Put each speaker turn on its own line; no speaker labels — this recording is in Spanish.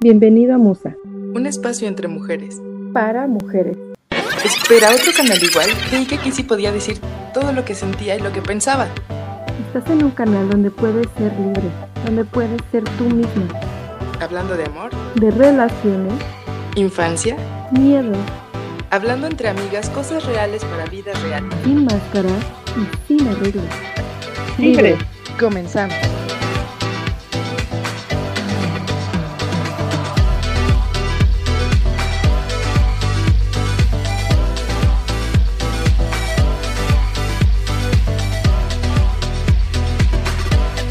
Bienvenido a Musa,
un espacio entre mujeres.
para mujeres.
Espera, otro canal igual. Creí que aquí sí podía decir todo lo que sentía y lo que pensaba.
Estás en un canal donde puedes ser libre, donde puedes ser tú misma,
Hablando de amor,
de relaciones,
infancia,
miedo,
hablando entre amigas, cosas reales para vida real.
sin máscaras y sin arreglos.
Comenzamos.